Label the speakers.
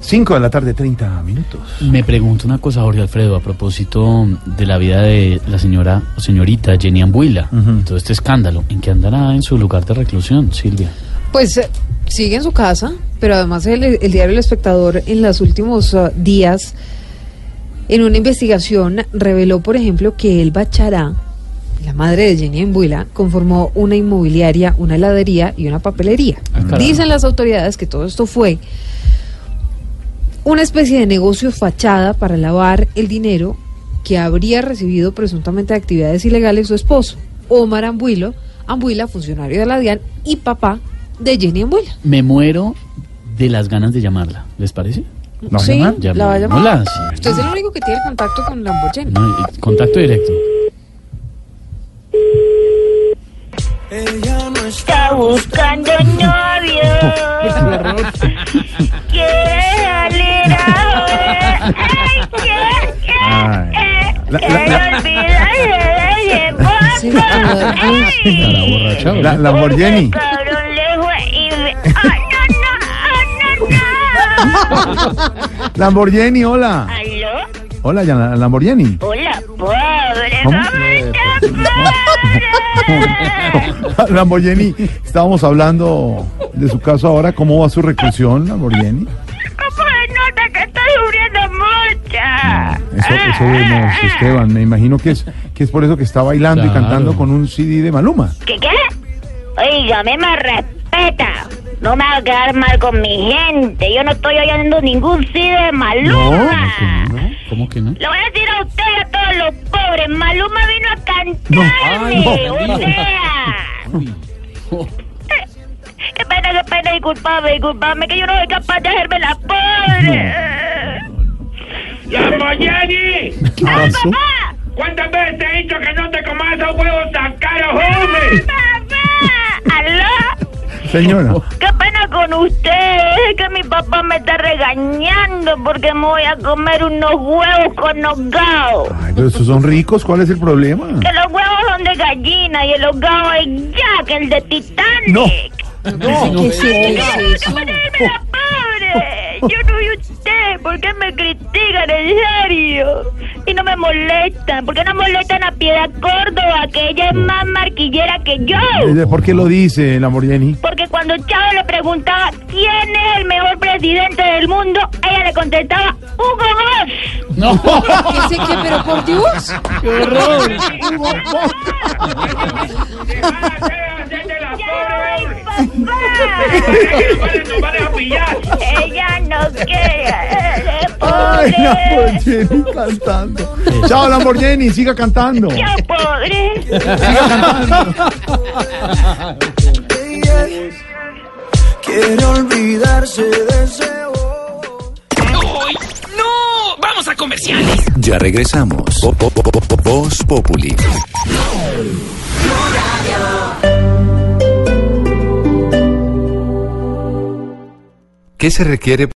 Speaker 1: 5 de la tarde, 30 minutos.
Speaker 2: Me pregunto una cosa, Jorge Alfredo, a propósito de la vida de la señora o señorita Jenny Ambuila
Speaker 1: Ujú.
Speaker 2: y todo este escándalo. ¿En qué andará en su lugar de reclusión, Silvia?
Speaker 3: Pues eh, sigue en su casa, pero además el, el diario El Espectador en los últimos ah, días, en una investigación, reveló, por ejemplo, que el Bachará, la madre de Jenny Embuila, conformó una inmobiliaria, una heladería y una papelería.
Speaker 2: Ah, caray.
Speaker 3: Dicen las autoridades que todo esto fue una especie de negocio fachada para lavar el dinero que habría recibido presuntamente de actividades ilegales su esposo, Omar Ambuilo, Ambuila, funcionario de la DIAN y papá de Jenny Ambuila.
Speaker 2: Me muero de las ganas de llamarla, ¿les parece?
Speaker 1: ¿La va a
Speaker 3: sí,
Speaker 1: llamar?
Speaker 3: la va a llamar.
Speaker 2: Llamémosla, sí.
Speaker 3: Usted es el único que tiene el contacto con Lamborghini.
Speaker 2: No, eh, contacto directo.
Speaker 4: está buscando novio. Quiere salir ahora. Ay, qué, qué.
Speaker 1: Ay. La- la-
Speaker 4: Quiere
Speaker 1: la-
Speaker 4: olvidarse de
Speaker 3: Sí,
Speaker 4: vos.
Speaker 3: la-
Speaker 2: Estará borracha, ¿verdad?
Speaker 1: La Lamborghini.
Speaker 4: Cabrón, le fue y me- Ay, no, no, ay, no, no.
Speaker 1: Lamborghini, hola.
Speaker 4: ¿Aló?
Speaker 1: Hola, ya- la- Lamborghini.
Speaker 4: Hola, pobre. ¿Cómo estás, pobre?
Speaker 1: Lamborghini, estábamos hablando de su caso ahora. ¿Cómo va su reclusión, Lamborghini?
Speaker 4: ¿Cómo se nota que estoy sufriendo Ah, mucha?
Speaker 1: Ah, Eso, eso vemos, Esteban. Me imagino que es, que es por eso que está bailando y
Speaker 2: Claro.
Speaker 1: cantando con un CD de Maluma.
Speaker 4: ¿Qué qué? Oiga, me me respeta. No me va a quedar mal con mi gente. Yo no estoy oyendo ningún sí de Maluma.
Speaker 2: ¿Cómo que no?
Speaker 4: Lo voy a decir a usted y a todos los pobres. Maluma vino a cantarme.
Speaker 1: No. Ay,
Speaker 2: no.
Speaker 4: O sea. Qué pena, qué pena, disculpame, disculpame, que yo no soy capaz de hacerme la pobre.
Speaker 5: ¡Lamborghini!
Speaker 1: ¿Qué pasó?
Speaker 4: ¡Papá!
Speaker 5: ¿Cuántas veces te he dicho que no te comas esos huevos tan caros, hombre?
Speaker 4: ¡Papá! ¿Aló?
Speaker 1: Señora,
Speaker 4: Qué pena con ustedes, es que mi papá me está regañando porque me voy a comer unos huevos con hogao.
Speaker 1: ay, pero esos son ricos. ¿Cuál es el problema?
Speaker 4: Que los huevos son de gallina y el hogao es Jack, el de Titanic.
Speaker 1: No.
Speaker 3: ¿Qué es
Speaker 4: ¡Qué
Speaker 3: eso?
Speaker 4: pena de la pobre! Yo no vi ustedes, ¿por qué me critican en serio? Y no me molestan, ¿por qué no molestan a Piedad Córdoba, que ella es más marquillera que yo?
Speaker 1: Eh, ¿Por qué lo dice Lamborghini?
Speaker 4: Porque cuando Chávez le preguntaba quién es el mejor presidente del mundo, ella le contestaba Hugo Boss.
Speaker 2: No.
Speaker 3: ¿Qué es eso? ¿Pero por Dios?
Speaker 5: ¡Dejala de hacer de la pobre,
Speaker 4: ¡Ay,
Speaker 5: hombre!
Speaker 4: papá!
Speaker 5: ¡Para nos van a pillar!
Speaker 4: ella no quiere. eh,
Speaker 1: Ay,
Speaker 4: Pobre.
Speaker 1: Lamborghini cantando. Chao, Lamborghini, siga cantando.
Speaker 4: Yo pobre.
Speaker 6: Quiere olvidarse de ese bobo.
Speaker 7: ¡Ay, ¡No! ¡Vamos a comerciales!
Speaker 8: Ya regresamos. Po- po- po- po- po- Voz Populi. ¿Qué se requiere?